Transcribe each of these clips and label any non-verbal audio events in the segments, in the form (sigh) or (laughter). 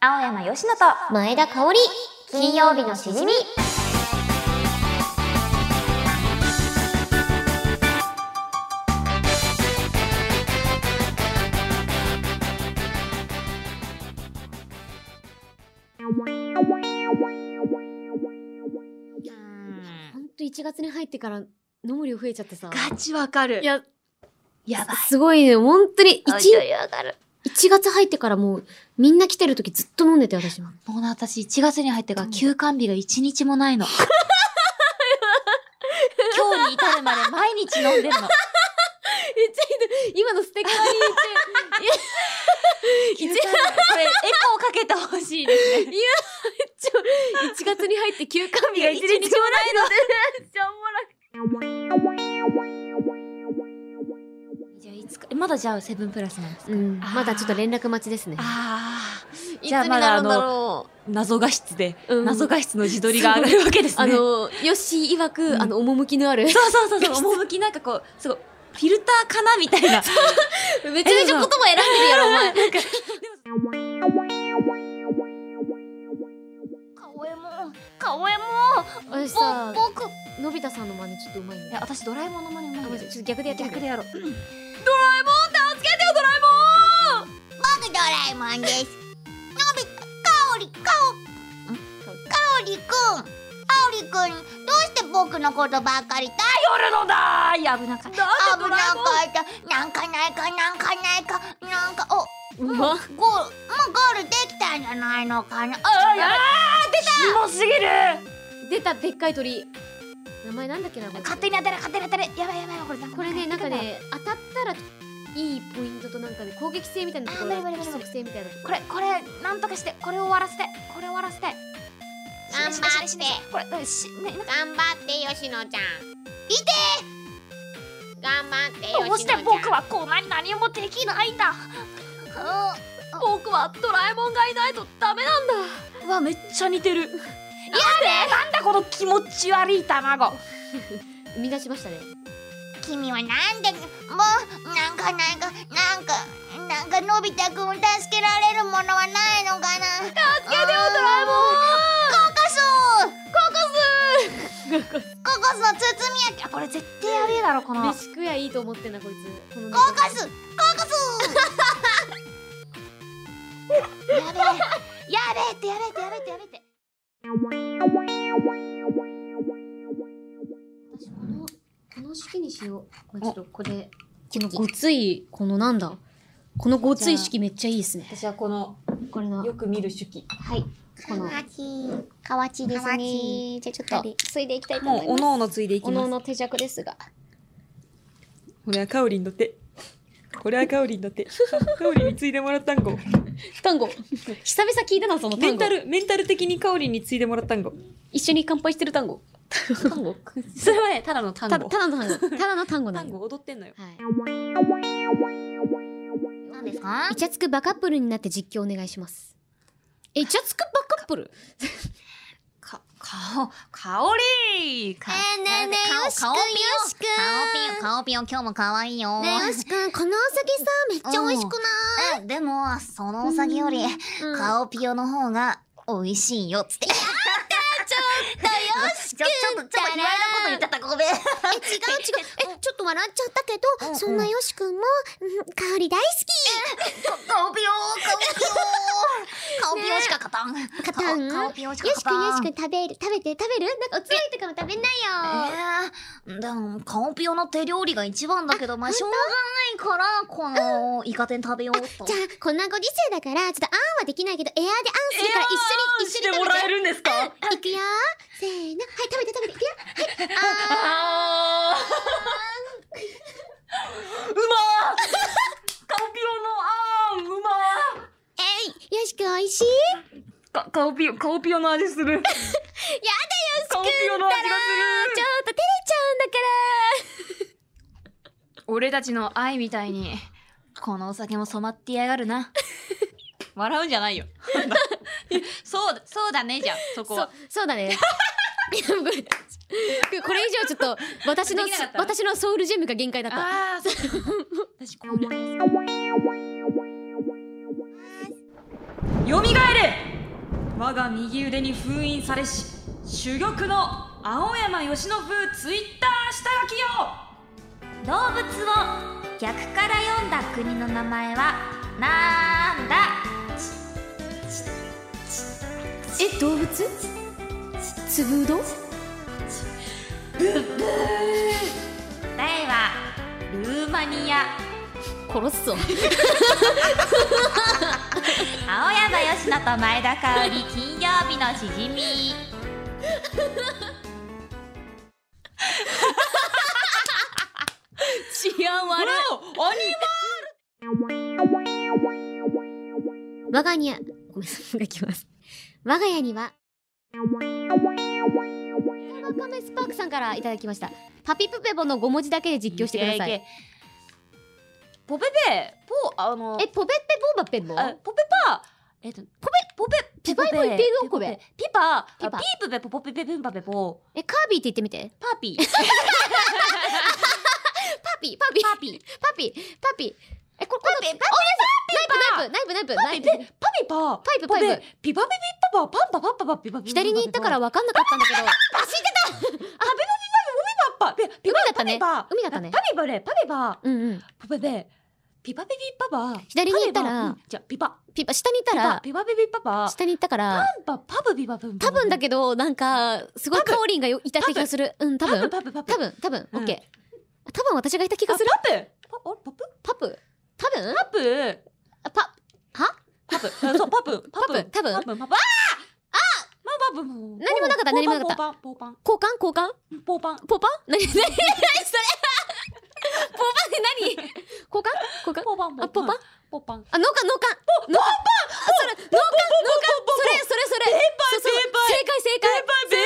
青山よしのと前田香織金曜日のしじみほんと1月に入ってから飲む量増えちゃってさガチわかるいややばいすごいねほんとに一 1, 上がる1月入ってからもうみんな来てる時ずっと飲んでて (laughs) 私はもうな私1月に入ってからうん休館日が1日もないの (laughs) 今日に至るまで毎日飲んでんの (laughs) めっちゃひどい今のステッカー休館日これエコーかけてほしいですねに1月に入って休館日が1日もないのめっちゃおもろいじゃあいつかえまだじゃあセブンプラスなんですかうん、まだちょっと連絡待ちですね。ああいじゃあまだあのろ謎画質で、うん謎画質の自撮りが上がるわけでうすねあの、よし曰く、うんあの、趣のある。めちそう (laughs) そうそうそう、趣なんかこう、すごい、フィルターかなみたい (laughs) な。ゃめちゃ言葉選んでるやろ、お前。かおえもん、かおえも (laughs) 私さ、僕。いのび太さんの真似ちょっとうまいね。や、私ドラえもんの真似うまいあんごだめんよ。なさいちょっと逆でやってみる逆でやろう。ドラえもん、助僕ドラえもんです。のび太、かおり、かお、んかおりくん。かおりくん、どうして僕のことばっかりけてよ、だドラえもん夜のだーいや、危なかった。危なかった。なんかないか、なんかないか、なんか、お、うまっ。ゴール、もうゴールできたんじゃないのかな。あー、やばい。出たキモすぎる出た、でっかい鳥。名前なんだっけな、これ。勝手に当たれ、勝手に当たれ。やばいやばいやばい、これ。これね、なんか。ね、当たったら、いいポイントとなんかね、攻撃性みたいなところ、あ無理無理無理規則性みたいなとここれ、これ、なんとかして、これを終わらせて、これを終わらせて。頑張ってしねしねしねしねこれ、うんし、ね、なんか、頑張って、よしのちゃん。いて頑張っどうて、して僕はこんなに何もできないんだ。僕はドラえもんがいないとダメなんだうわめっちゃ似てるやべえなんだこの気持ち悪い卵ろ。生み出しましたね。君はなんでもうなんかなんかなんかなんかのび太くんを助けられるものはないのかな助けてよドラえもんココスココスココスの包み焼きあこれ絶でやべえだろこの飯食やいいと思ってんな、こいつ。このココスココスやべえやべえってやべえってやべえってやべえって私この、この式にしよう。ちょっとこれ。キノごつい、このなんだこのごつい式めっちゃいいですね。私はこのこれの、よく見る手記はい。この、かわちいですねじゃあちょっとついでいきたいもうおのおのついでいきおまのすの手弱ですが。これはカオリンの手これはカオリンの手カオリンについでもらったん (laughs) ご単語。久々聞いたな、そのメン単語。タルメンタル的にカオリンについでもらったんご一緒に乾杯してる単語。単語それはねただの単たた語だの単語。ただの単語な単語の。踊ってんのよはい。何ですかイチャつくバカップルになって実況お願いします。え、イチャつくバカップルかかおかおりかえー、ねえねえ、よしくん、よしくん。顔ピヨ、顔ピヨ、今日も可愛いよ。ねえ、よしくん、このお酒さ、めっちゃ美味しくうん、でも、そのお酒より、ない、うん顔ピヨの方が美味しいよ、つって。やった、ちょっとよしくんちょ、ちょっと、ちょっと、意外なこと言っちゃった、ごめん。え、違う違う。え、ちょっと笑っちゃったけど、うんそんなよしくんも、うん香り大好顔ピヨ、顔ピヨ。顔ピヨしか勝たん。勝たん顔顔ピヨき。しかよしく勝たん、よしん。くん食べる、食べて、食べるなんかおつまみとかも食べないよ。えー、でも、顔ピヨの手料理が一番だけど、まあ、しょうがないから、この、イカ天食べようと。じゃあ、こんなご時世だから、ちょっとあんはできないけど、エアーであんするから一緒に、一緒に食べて。るんですかいくよせーの。はい、食べて食べて。いくよ。あーうまーカオピオのあーうまえい、よしくんおいしいーかカオピオカオピオの味するやだよカオピオの味がするちょっと照れちゃうんだから。俺たちの愛みたいにこのお酒も染まってやがるな笑うんじゃないよ (laughs) そうだそうだねじゃんそこそう、そうだね。い (laughs) やこれこれ以上ちょっと私のできなかった私のソウルジェムが限界だったああそう私こうよみがえれ我が右腕に封印されし珠玉の青山由伸ツイッター下書きよ動物を逆から読んだ国の名前はなんだえ動物つぶうどん答えはルーマニア殺すぞ青山よしのと前田香織金曜日のしじみ治安悪い我がにゃごめんなさいがきます我が家にはワカメスパークさんからいただきましたパピプペボの5文字だけで実況してくださいポペペポあのえポペッペボーバペボあポペパえっとポペポペピパイポイペドコベピパあピパピープペポポペペペンパペポえカービィって言ってみてパー (laughs) ピーパピパピパピパピパピえこれこのパピナイフナイフナイフナイフナイフパピパパイプポペパイプピパピピパパパンパパンパパピパピ左に行ったから分かんなかったんだけどパピパピ海だっパたピねパ海だったねパピパレパピパうんうんポペペピパピピパパ左に行ったパらピパうんじゃあピパピパ下に行ったピパらピパピピパパ下に行ったからパパブビバブン多分だけどなんかすごい多分カオリンがよいた気がするうん多分パブパブ多分多分オうんッケー多分私がいた気がするあパブパあパブパプ多分パブあパはパブあそうパブパブパブ多分パブパブあまあパブもう何もなかった何もなかったポーパン交換交換ポーパンポーパンポパン何何何 (laughs) それポパンって何交換交換ポーパンあポパンポーパンあ農家農家農家あそれ農家農家それそれそれそうそペうーパー正解正解正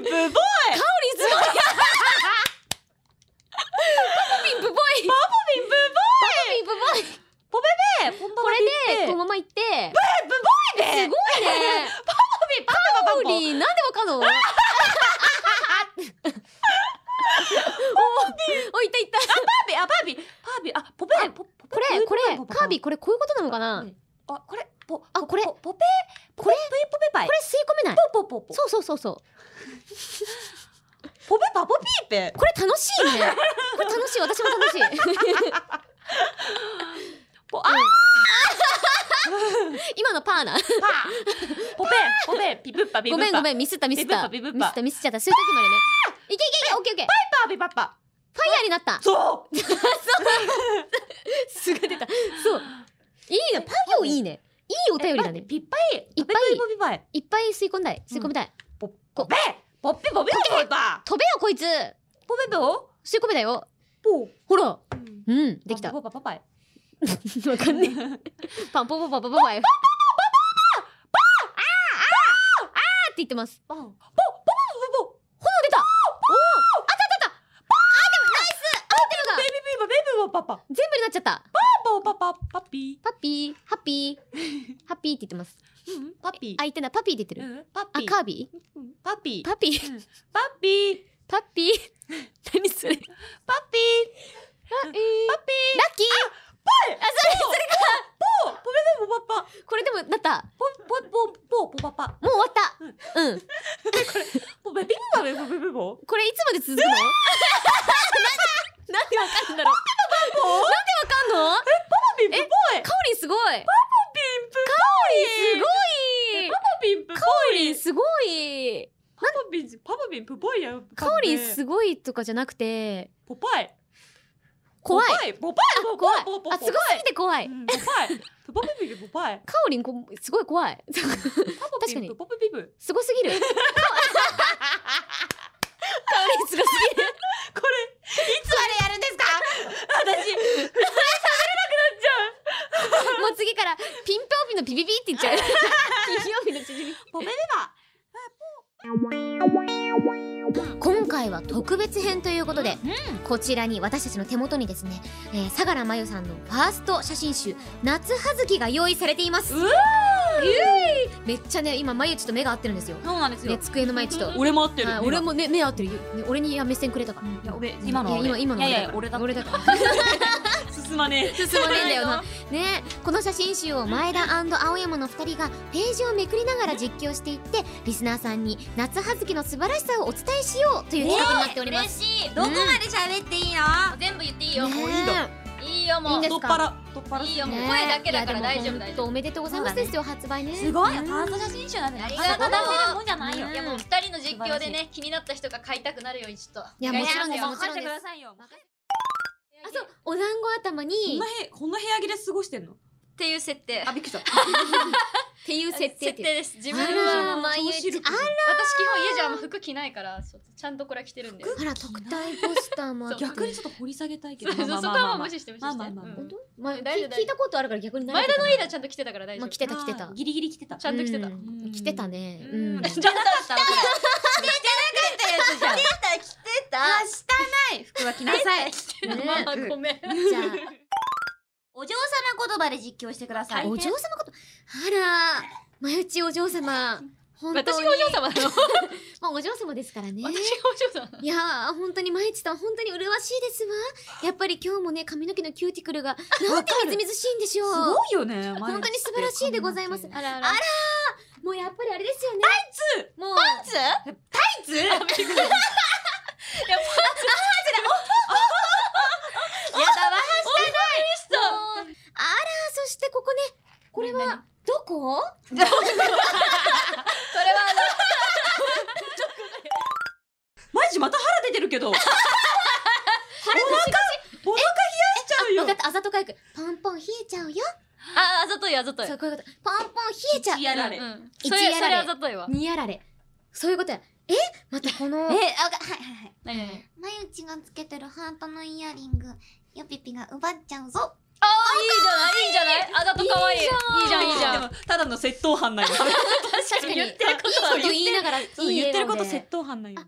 解正解パブビブボイカオリンすごいパパ (laughs) ピンプパブビブボイパパピンプボイボイポペペポンパこれでこブのまま行ってボイすごいで (laughs) ねビパカブオビリンなんでわかんのおおいパったいったブビパブビあポペポこれこれカービィこれこういうことなのかなあこれポあこれポポペこれポペポペパイこれ吸い込めないポポポポそうそうそうそうポペパポピーペこれ楽しいねこれ楽しい私も楽 (laughs) しポあい今のパーなパポペポペピブッパビブごッパめんごめんミスったミスったビミブッパビブッパスったミスっちゃった吸う時までねいけいけいけオッケーオッケーパビパパファイヤーになったそうすぐ出たそういいねパ行いいねいいお便りだねピッパイいっぱいポペポペパイいっぱい吸い込んだい吸い込みたい、ポポペポペポペポペパ飛べよこいつポペポ吸い込めだよポほらうんできたわポペパパパイかんねえパンポポパパパパイパパパパパパあーあーあーって言ってますポポポポポ炎出たおーあったあったあったあーでもナイス合ってベるがビビバベビバパパ全部になっちゃったポパパパピパピーハッピーハッピーって言ってますうんパピあ言ってないパピーって言ってるうんパあピカービうんパピィパピーうんパピパピー何それパピパピーラッキーあそれそれかポポペペポパパこれでもなったポポポポポパパもう終わったうんポペピブバベポペペポこれいつまで続くのなんでなんでわかんだろうなんでわかんのピンプっぽいカオリンすごいピンプすごいパパピンプっぽカオリンいすごいパパピンパパピンプっぽいやんカオリンすごいとかじゃなくてポパイ怖いポパイあポ怖パいイポパイあすごすぎて怖いうんポパイポパピンプポパイカオリンこすごい怖いパパピンプポパピンプすごすぎるカオリンすごすぎるこれいつあれやるんですか私普通に喋れなくなっちゃう (laughs) もう次からピンポーピンのピピピって言っちゃう金曜日のチヂミポペペパ今回は特別編ということで、こちらに私たちの手元にですね、えー、相良真由さんのファースト写真集「夏葉月」が用意されていますうわめっちゃね今真由ちと目が合ってるんですよ、そうなんですね、机の前ちょっと、俺も合ってはい俺もね目合ってる、ね、俺には目線くれたから、いや俺今のいや今今のいやいや俺だ俺だから進進まねえ進まねえんだよな (laughs) ねえこの写真集を前田青山の2人がページをめくりながら実況していってリスナーさんに夏葉月の素晴らしさをお伝えしようという企画になっております、嬉しいどこまで喋っていいの全部言っていいよ、もういねいよもういいんですいか太っ太っいよえもうねえ声だけだからいやで大も丈夫本大丈当夫おめでとうございますですよ、発売ねすごいようんファースト写真集なんてありがなかとうなか出せるもんじゃないよいやもう二人の実況でね気になった人が買いたくなるようにちょっといやもちろんおです願いしまもちろん任せですてくださいよあそうお団子頭こんになへこんな部屋着で過ごしてんのっていう設定あびっくりしたっていう設定っ設て定です自分あのら眉私内あ基本家じゃあんま服着ないからそうちゃんとこれは着てるんでらあら特待ポスターもあって逆にちょっと掘り下げたいけそどうそまあうそこまあまあまあはもう無視して無視してまあまあまあうん本当まあ、大き丈夫大丈夫聞いたことあるから逆に慣れ前て田たの家ではちゃんと着てたから大丈まあ夫来てた来てたあーギリギリ来てたちゃんと来てたうんうん来てたねううんんう (laughs) んじゃなかったわこやつ (laughs) じゃんたあ汚い服は着なさい (laughs) れねまあまあご (laughs) めんじゃあお嬢様言葉で実況してくださいお嬢様ことあら眉内お嬢様本当私にがお嬢様だよまあお嬢様ですからね私がお嬢様いやー本当に毎日さん本当に麗しいですわやっぱり今日もね髪の毛のキューティクルがなんてみずみずしいんでしょうすごいよね本当に素晴らしいでございますパあらあらもうやっぱりあれですよねンもうパンツあイツやだわあらそしてここねこれはどこそれはあのマジまた腹出てるけどお腹お腹冷やしちゃうよ分かったあざとかゆくポンポン冷えちゃうよああざといあざといそうこういうことポンポン冷えちゃうやられうんうん一それやられそれあざといわにやられそういうことやえまたこのわかはいはいはい何何まゆちがつけてるハートのイヤリングよぴぴが奪っちゃうぞああいいじゃないいいじゃないあざと可愛いいいじゃんいいじゃんでもただの窃盗犯なんよ確かに言ってることいいこと言いながらいいそう言ってること笑窃顔盗犯なんよ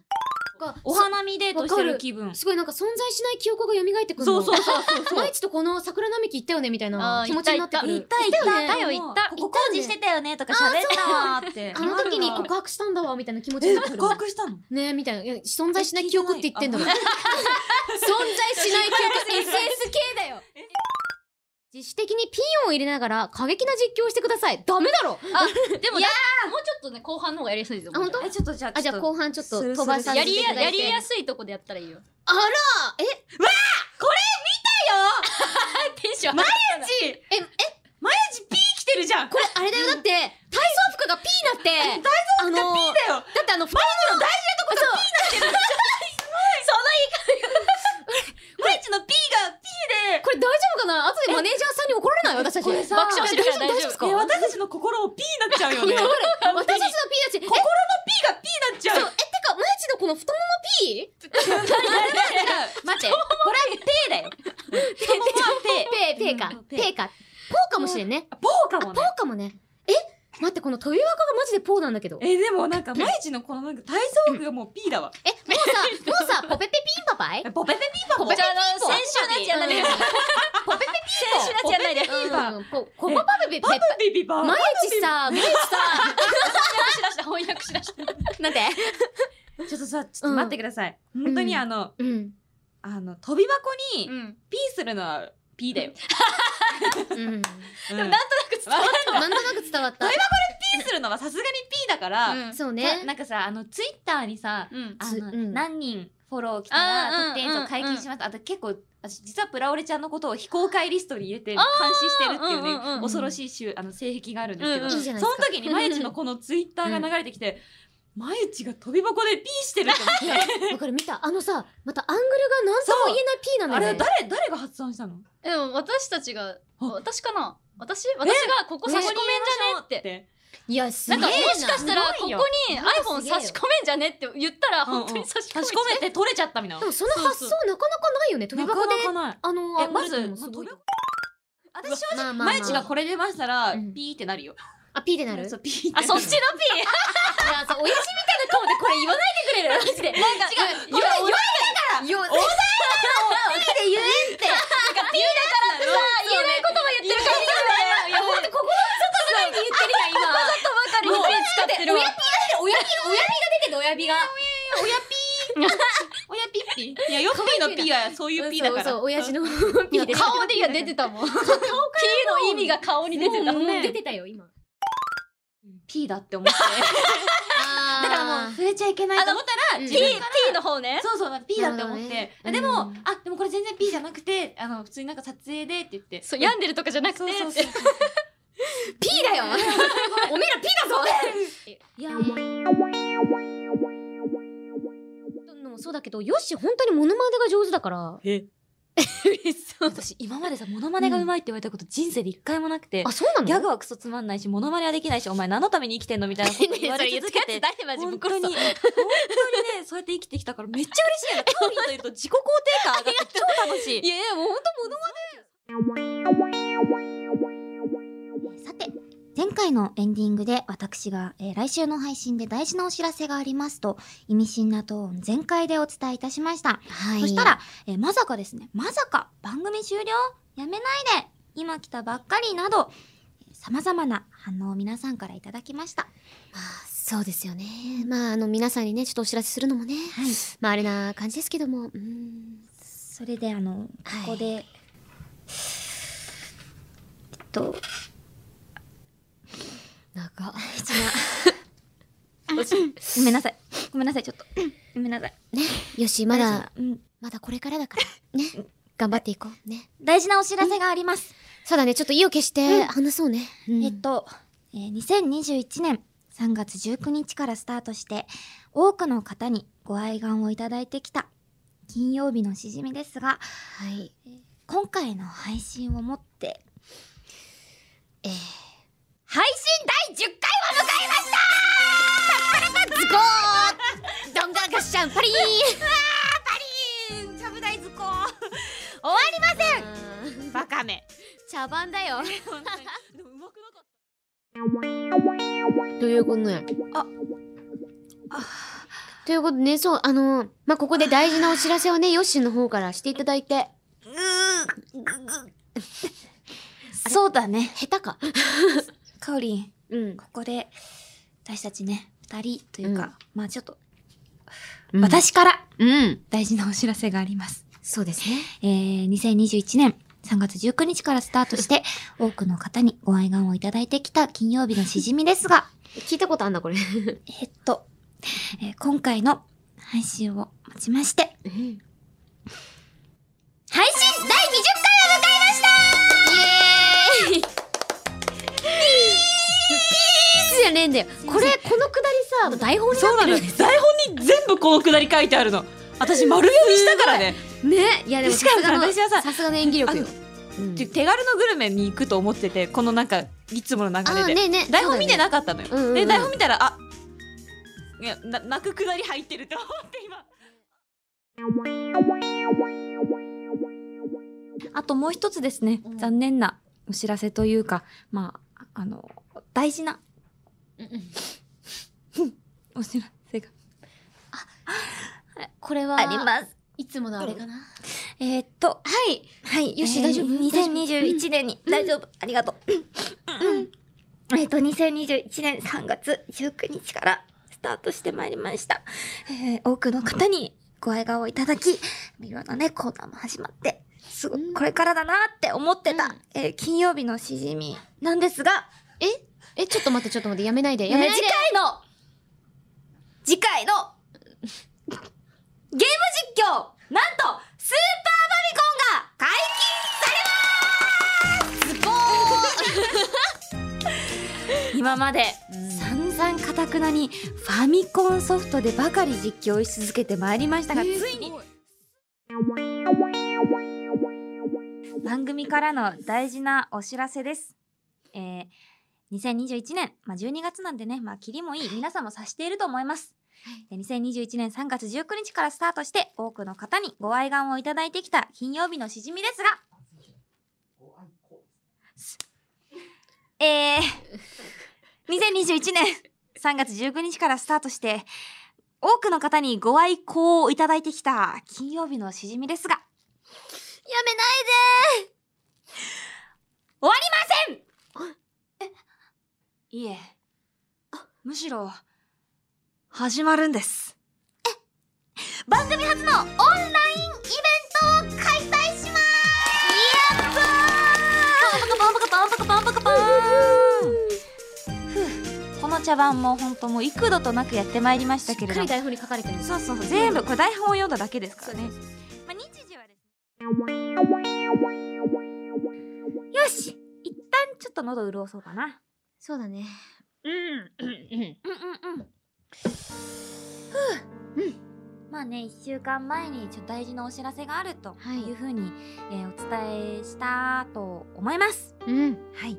がお花見デートしてる気分すすごいなんか存在しない記憶が蘇ってくるそのうそうそうそうそう毎日とこの桜並木行ったよねみたいあなー気持ちになってくる行た行った行ったよよねね行ったここ工事してたよねとか喋ったわーってあの時に告白したんだわみたいな気持ちにえなってくる告白したのねえみたいないや存在しない記憶って言ってんだから存 (laughs) 在しない記憶 SS 系だよ自主的にピンを入れながら過激な実況をしてくださいダメだろでもいねやもうちょっとね後半の方がやりやすいですよあ本当えちょっとじゃああじゃあ後半ちょっとする飛ばさ半せやてりいやただいてやりやすいとこでやったらいいよあらえ (laughs) テンションマジえええマヤジ P 来てるじゃんこれあれだよだって体操服がピーなって体操服だがピーよだってあの、ファイの大事なとこが P マヤジの P が P でこれ大丈夫かな後でマネージャーさんに怒られない私たち。これさ爆笑してるから大大丈丈夫夫ですかえ私たちの心を P になっちゃうよねいや P これ私たちの P だし。え、てか、が P になっちゃうマイチのこの太もも P? 待ってこれ (laughs) は P だよ太ももは P ペー、ペーかう。んペーか。ポーかもしれんね。ポーかもポねーかもね。え待って、この飛び箱がマジでポーなんだけど。え、もえでもなんかマヤジのこのなんか体操服がもう P だわうさ、もうさ、ポペペピンパパイえポペペ P パポもペじゃああのポ先週のやつやらないでポペペ先週のやつやらないでピンパパポコパパペペペパペピパマイチさ、マイチ (laughs) さ、しだした翻訳しだしたなんてちょっとさちょっと待ってください本当にあのうん。あの飛び箱にん P するのは P だようん。でもんな (laughs) なんとなく伝わった。 P するのはさすがに P だから、そうね、ね。なんかさあのツイッターにさうんあつの、うん何人フォロー来たらあーうん特典賞解禁しますあと結構私実はプラオレちゃんのことを非公開リストに入れて監視してるっていうね、うんうんうんうん恐ろしいしゅあの性癖があるんですけど、うんうんいいじゃないそでのすか。時にまゆちのこのツイッターが流れてきて、まゆちが飛び箱で P してるって思ってわかる見たあのさまたアングルがなんとも言えない P なのあよねれ誰誰が発案したのでも私たちがあ私かな私私がここ差し込めんじゃねってていやすげなえんなかもしかしたらすここごいによ iPhone 差し込めんじゃねって言ったらうんうん本当に差し込差めんし込めて取れちゃったみたいでなもその発想なかなかないよね飛びな箱かでなかないあのえまずアングルってのもすごいま私正直まゆちがこれ出ましたら、うんピーってなるよ。あ P でなるそうピーってなあるそっちのい P やさ親父みたいな顔でこれ言わないでくれるマジで違う言わない言わないで言えんって言えない言葉言ってる感じがいや本当ここの外側に言ってるやん今ここ外ばかりに手使ってるわ親 P が出てる親 P が親 P が出てて親 P が親ピッピいや、ヨッピーのピーはそういうピーだから。そうそう親父の。のいピやーで顔でいや出てたもん P の意味が顔に出てたもうもう出ねてたよ今 P だって思ってあだからもう、触れちゃいけないと思ったら、うん自 P, 分 P の方ねそうそう、P だって思って。なるほどでねも、うんあ、でもこれ全然 P じゃなくて、あの、普通になんか撮影でって言って。そう病んでるとかじゃなくてそうそう (laughs) そう。 P だよおめえら P だぞいや、もう、でもそうだけどヨッシー本当にモノマネが上手だからえ (laughs) 嘘私今までさ、モノマネが上手いって言われたこと人生で一回もなくてあ、そうなのギャグはクソつまんないし、モノマネはできないし、お前何のために生きてんのみたいなこと言われ続けて。大変マジぶっ本殺当すに、ぞ本当にね、そうやって生きてきたからめっちゃ嬉しいよね。カーミンというと自己肯定感上がって超楽しい。いやいやもう本さて、前回のエンディングで私が、えー来週の配信で大事なお知らせがありますと、意味深なトーン全開でお伝えいたしましはた。そしたら、えーまさかですね、まさか番組終了やめないで今来たばっかりなど、えー様々な反応を皆さんからいただきました。まあ、そうですよね。まあ、あの、皆さんにね、ちょっとお知らせするのもね、はい。まあ、あれな感じですけども、うーん、それであの、はいここで、えっと、長。ごめんなさい。ごめんなさい、ちょっと。ごめんなさい。よし、まだ、うんまだこれからだから、ね。頑張っていこう。ね。大事なお知らせがあります。そうだね、ちょっと意を決して話そうね。うんえっと、えー2021年3月19日からスタートして、多くの方にご愛願をいただいてきた金曜日のしじみですが、はい。今回の配信をもって、えー配信第10回を迎えましたパズコーどんがガッシャンパリーちゃぶ台ずこ終わり (laughs) ませんバカめ茶番だよ。でもうまくなかっということね。ああ。ということでね、そう、あの、まあ、ここで大事なお知らせをね、ヨッシーの方からしていただいて。そうだね。下手か。かおりん、うん。ここで、私たちね、二人というか、まあちょっと、うん私からうん。大事なお知らせがあります。そうですね。えー2021年3月19日からスタート (laughs) して、多くの方にご愛願をいただいてきた金曜日のしじみですが、聞いたことあんだ、これ。えっと、えー今回の配信をもちまして、配信第イエーイピースじゃねえんだよ。これ、このくだりさ、台本たにそうななっのてるよ台本に全部このくだり書いてあるの私丸読みしたからねね。いや、でもしさかもさすがの、私はささすがの演技力よ。うん手軽のグルメに行くと思っててこのなんかいつものあ流れーで、ねえねえ台本見てななかったのよ、うんうんうんで台本見たらあいやな泣くくだり入ってると思って今あともう一つですね、残念なお知らせというか、まあ、あの、大事な、お知らせが。これは、ます。いつものあれかな。えーっと、はい。はい、よし大丈夫2021年に、大丈夫、ありがとう。うんえっと、2021年3月19日からスタートしてまいりました。えー多くの方にご愛顔をいただき、いろんなね、コーナーも始まって、すごい、これからだなって思ってた、えー金曜日のしじみなんですが、え、ちょっと待って、ちょっと待って、やめないで、えやーめ次ないで。回の、次回の、ゲーム実況、なんと、スーパーファミコンが解 (laughs) 今まで散々かたくなにファミコンソフトでばかり実況し続けてまいりましたが、ついに番組からの大事なお知らせです。えー2021年、まあ、12月なんでね、まあ、キリもいい、皆さんも察していると思います。で2021年3月19日からスタートして、多くの方にご愛願をいただいてきた金曜日のしじみですが、えー、2021年3月19日からスタートして、多くの方にご愛好をいただいてきた金曜日のしじみですが、やめない終わりませんいえ、むしろ、始まるんです。番組初のオンラインイベントを開催しますやったパンパカパンパカパンパカパンふうこの茶番も本当もう幾度となくやってまいりましたけれども台本に書かれてるそうそうそう全部これ台本を読んだだけですからね、まあ、日時はですねよし一旦ちょっと喉潤そうかなそうだねうんうんうんふうんまあね1週間前にちょっと大事なお知らせがあるとはいいうふうに、えーお伝えしたと思いますうんはい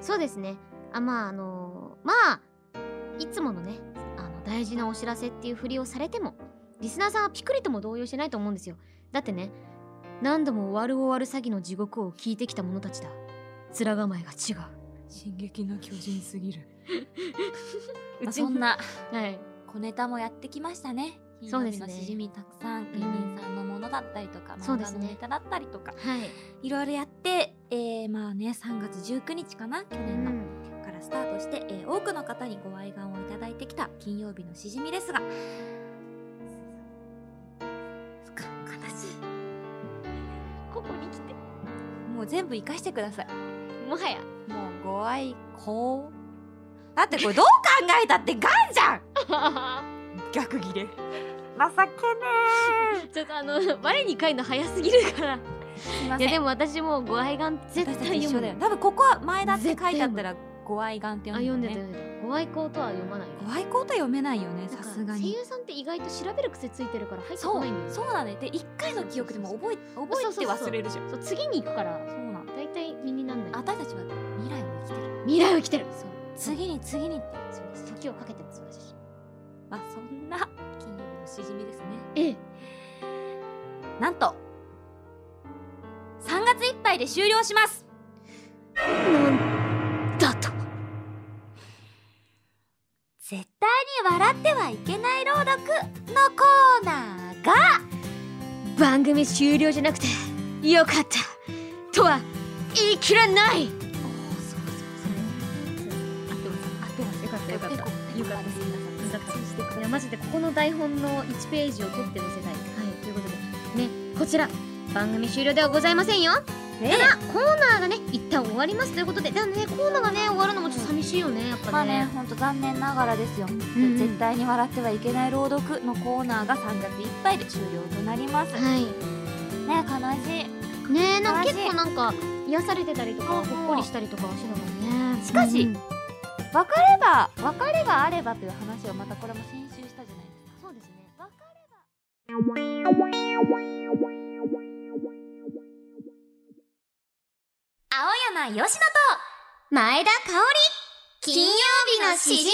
そうですねあまああのまあいつものねあの大事なお知らせっていうふりをされてもリスナーさんはピクリとも動揺しないと思うんですよだってね何度も終わる終わる詐欺の地獄を聞いてきた者たちだ面構えが違う進撃の巨人す (laughs) ぎるうちそんなはい小ネタもやってきましたね。そうですね金曜日のしじみたくさん、芸人さんのものだったりとか、そう漫で画すのねネタだったりとか、はい、いろいろやって、えー、まあね、3月19日かな、う去年の、ん、からスタートして、えー多くの方にご愛願をいただいてきた金曜日のしじみですが、か悲しい。ここに来て。もう全部生かしてください。もはやもうご愛好。だってこれどう考えたってガンじゃん逆切れ。情けね (laughs) ちょっとあの我に返るの早すぎるからえ。いまいやでも私もうご愛願絶私た対ち一読む緒だよ。多分ここは前だって書いてあったら、ご愛願ってあ読読んんででた読ね。んでたご愛好とは読まないご愛好とは読めないよね、なんさかすが声に。優さんって意外と調べる癖ついてるから入ってこそないんだう、よそうなんだよ。で、一回の記憶でも覚え、覚えて忘れるじゃん。そう次に行くからそうなんだ。大体身になんない私たちは未来を生きてる。未来を生きてるそう。次に次にって。そうです。時をかけてます私たちまあ、そんな金曜日のしじみですね。ええなんと、3月いっぱいで終了します。だと絶対に笑ってはいけない朗読のコーナーが、番組終了じゃなくてよかったとは言い切らないおーそうそうそう合ってます合ってますよかったよかったよかったですいやマジでここの台本の1ページを取って見せたいはいということでねこちら番組終了ではございませんよただコーナーがね一旦終わりますということでだねコーナーがね終わるのもちょっと寂しいよねやっぱね,、まあね本当残念ながらですよ、んうん絶対に笑ってはいけない朗読のコーナーが3月いっぱいで終了となります、ねはい悲しいねえなんか悲しい結構なんか癒されてたりとかそうそうほっこりしたりとかはしてたもんねしかしうんうん別れば別れがあればという話をまたこれも先週したじゃないですかそうですね青山よし前田香織金曜日のしじみ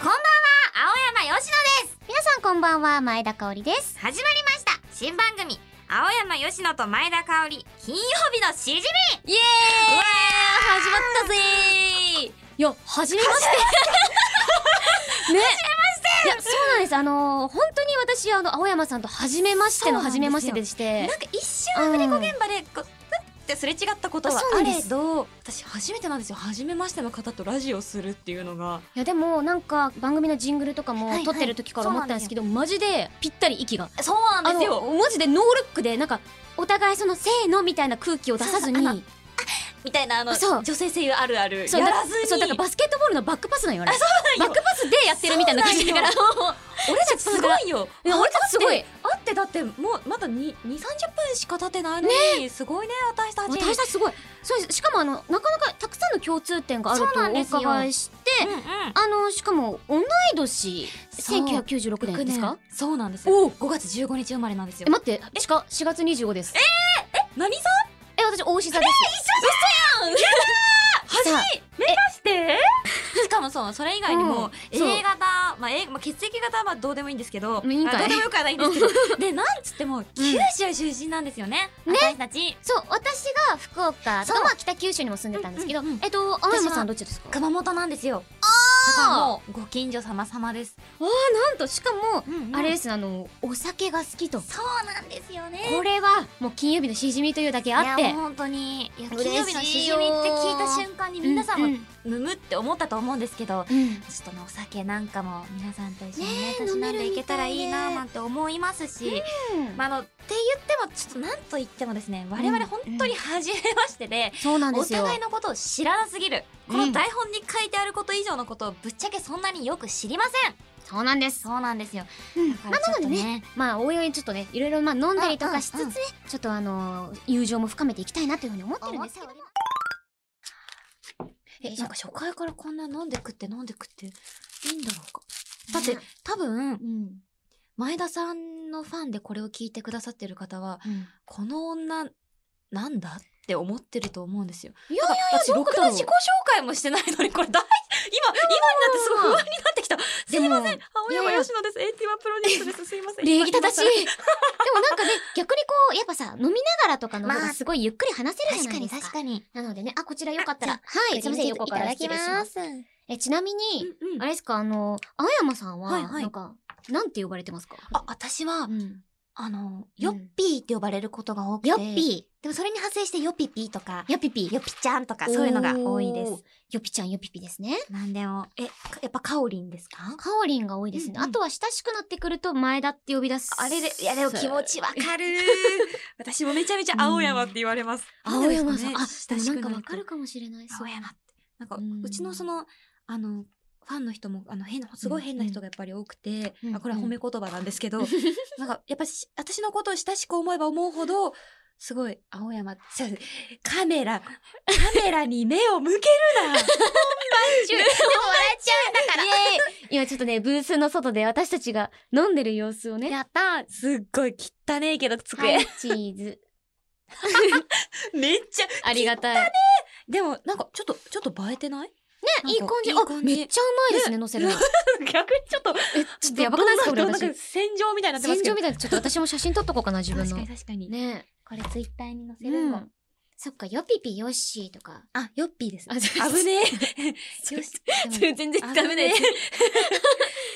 こんばんは青山よしのです皆さんこんばんは前田香織です始まりました新番組青山吉野と前田香織金曜日のしじみイエーイ始まったぜいや初めま (laughs) していやそうなんですあのー本当に私あの青山さんと初めましての初めましてでしてなんか一瞬うんアフレコ現場でこうふってすれ違ったことはあそうあなんでれすど私初めてなんですよ初めましての方とラジオするっていうのがいやでもなんか番組のジングルとかはいはもい撮ってる時から思ったんですけど、マジでぴったり息がそうなんですよあのマジでノールックでなんかお互いそのせーのみたいな空気を出さずにそうそうみたいなあのそう女性声優あるあるそうやだらずにそうだからバスケットボールのバックパスなんよあれバックパスでやってるみたいな感じだから俺たちすごいよいや俺たちすごいあってだってもうまだ2 3 0分しか経ってないのに、すごいね私たち私たちすごいそうですしかもあのなかなかたくさんの共通点があるとそうなんおですよ伺いしてうんうんあのしかも同い年そう1996年ですかそうなんですよお5月15日生まれなんですよえ待ってしか4月25ですえ何さえ私大牛座ですしてしかもそうそれ以外にもうん A そう型、まあ A まあ、血液型はまあどうでもいいんですけどうんいいんかあどいうでもよくはないんですけ (laughs) どでなんつっても九州出身なんですよね、私たちそう私が福岡とそうかまあ北九州にも住んでたんですけどうんうんうんえっと青山さんどっちですか熊本なんですよだからもうご近所様様です、ああなんとしかもうんうんあれですあのお酒が好きとそうなんですよねこれはもう金曜日のしじみというだけあっいやて本当にいや嬉しいよ金曜日のしじみって聞いた瞬間に皆さんうもんうんむむって思ったと思うんですけど、うんちょっとねお酒なんかも皆さんと一緒にねねえたしなん飲めでるいみけたらいいななんて思いますし、うんまあ、あのって言ってもちょっとなんと言ってもですね我々本当に初めましてで、そうなんでおすよ互いのことを知らなすぎるこうのん台本に書いてあること以上のことをぶっちゃけそんなによく知りませんそうなんですそうなんですようんだからちょっとねまあおいおいちょっとねいろいろまあ飲んだりとかしつつね、うんうんちょっとあのー友情も深めていきたいなというふうに思ってるんですけどえなんか初回からこんな飲んでくって飲んでくっていいんだろうかだだっってて多う分ん、前田さんのファンでこれを聞いてくださってる方はうんこの女なんだって思ってると思うんですよ。いやいやいや私ろくどなうだろう自己紹介もしてないのにこれ大今今になってすごい不安になってきた。すいません。青いや山いやよしのです。エイティワンプロデュースです。すいません。礼儀正しい今でもなんかね逆にこうやっぱさ飲みながらとかの方がすごいゆっくり話せるじゃないですか,、確かに。なのでねあこちらよかったらあはいすじゃいませんあいた横だきから失礼しますえちなみに、うんうんあれですかあの青山さんは、はいはいなんかなんて呼ばれてますかあ私はうんあのヨッピーって呼ばれることが多くて。よっぴでもそれに派生してヨッピピーとかーよっぴぴヨッピちゃんとかそういうのが多いです。よっぴちゃんよっぴぴですねなんでもえかやっぱカオリンですか？カオリンが多いですね、うんうんあとは親しくなってくると前田って呼び出すあれで、いやでも気持ちわかる。 (laughs) 私もめちゃめちゃ青山って言われます。青山さん、なんあでですでねも親しなくんかなるとわかるかもしれない青山って。なんか、うんうちのその、あの、ファンの人も、あの、変な、すごい変な人がやっぱり多くて、うんあこれは褒め言葉なんですけど、 (laughs) なんか、やっぱし、私のことを親しく思えば思うほど、すごい、青山、すいませんカメラ、カメラに目を向ける (laughs) なでも (laughs) 笑っちゃうんだから。今ちょっとね、ブースの外で私たちが飲んでる様子をね。やったーすっごい汚ねえけど、机。はい、チーズ。 (laughs) めっちゃ、ありがたい。でも、なんか、ちょっと、ちょっと映えてないね (laughs) いい感じ。あ、めっちゃうまいですね、乗せるの。逆にちょっと、え、ちょっとやばくないですか、これどんどんどんどん私。戦場みたいになってます戦け場ど。みたいで、ちょっと私も写真撮っとこうかな、自分の確か。に確かに。ねこれツイッターに載え。うん。そっか、よぴぴよっしーとか。あ、ヨッピーです。あそう危ねえ。 (laughs) そようし。全 (laughs) 然ダメなやつ。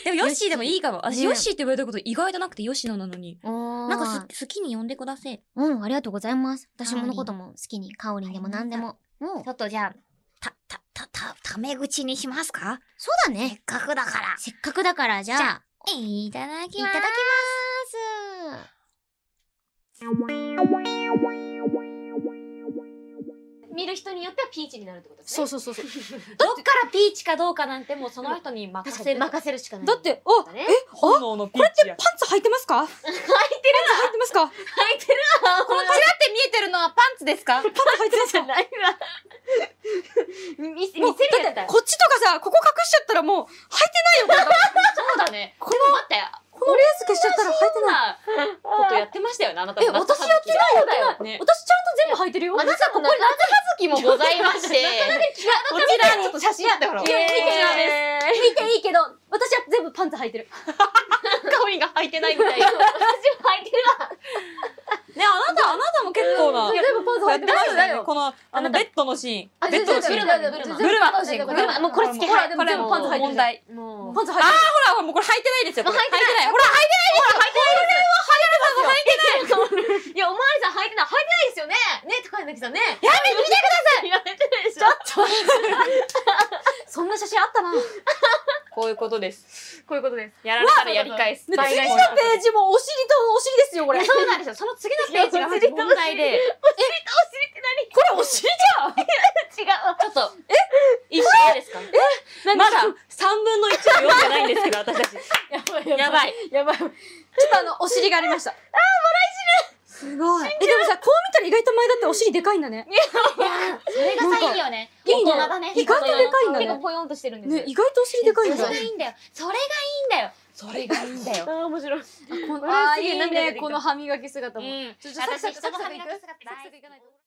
でもヨッシーでもいいかも。私ねヨッシーって言われたこと意外となくてヨシノなのに。ななんかす好きに呼んでください。うん、ありがとうございます。私もかおりのんことも好きに、かおりんでも何でも。もう、ょっとじゃあ、た、た、た、た、ため口にしますかそうだね。かくだから。せっかくだから、じゃじあゃ。いただきいたまだす。。きます見る人によってはピーチになるってことですねそうそうそう。 (laughs) どっからピーチかどうかなんてもうその人に任せる任せるしかない。だって、おだね炎のピーチや。パンツ履いてますか履いてる履いてますか入ってるわこのチラって見えてるのはパンツですかパンツ履いてますじゃないわ見見せ見もうせるだやっつだてよこっちとかさ、ここ隠しちゃったらもう、履いてないよ。そうだねこ待っての、このレース消しちゃったら履いてない。こんなことやってましたよねあなたもえ私やってないだよ私ちゃんねと全部履いてるよ。あなたここに夏葉月もございま (laughs) してこちら、ちょっと写真あったから。イエーイ見ていいけど、私は全部パンツ履いてる。カオリンが履いてないみたいな私も履いてるわね、あなた、あなたも結構な。全部パンツ履いてますだよ。この、あの、ベッドのシーン。ベッドのシーン。ブルマブルマブルマのシーンブルマもうこれつけほら、はでいも全部パンツ履いてるじゃ問ん。題もうパンツ履いてる。あ、ほら、もうこれ履いてないですよ。これ履いてないほら、履いていやおまわりさん履いてない履いてないですよねね高柳さんねやめて見てくださいやめてないでしょそんな写真あったな。こういうことです。こういうことです。やられたらやり返す。次の倍ペ返しージもお尻とお尻ですよ、これ。いこやそうなんですよ。その次のページがまず問題で。え、れお尻じゃん違う。ちょっと、え一緒ですかまだ3分の1を読んでないんですけど、私たち。やばいやばい。やばい。ちょっとあの、お尻がありました。あー、もらい尻すごい。え、でもさ、こう見たら意外と前だってお尻でかいんだね。それがさ、いいよね。いいね大人だね。意外とでかいんだね結構ぽよんとしてるんですよね、意外とお尻でかいんそだれが。いいんだよ。それがいいんだよ。それがいいんだよ。あ、面白い。あ、このあーあー、いいいいねね、この歯磨き姿も。ん。ちょっとサク私サク人サのクサ歯クい磨くき姿サクサクいかないと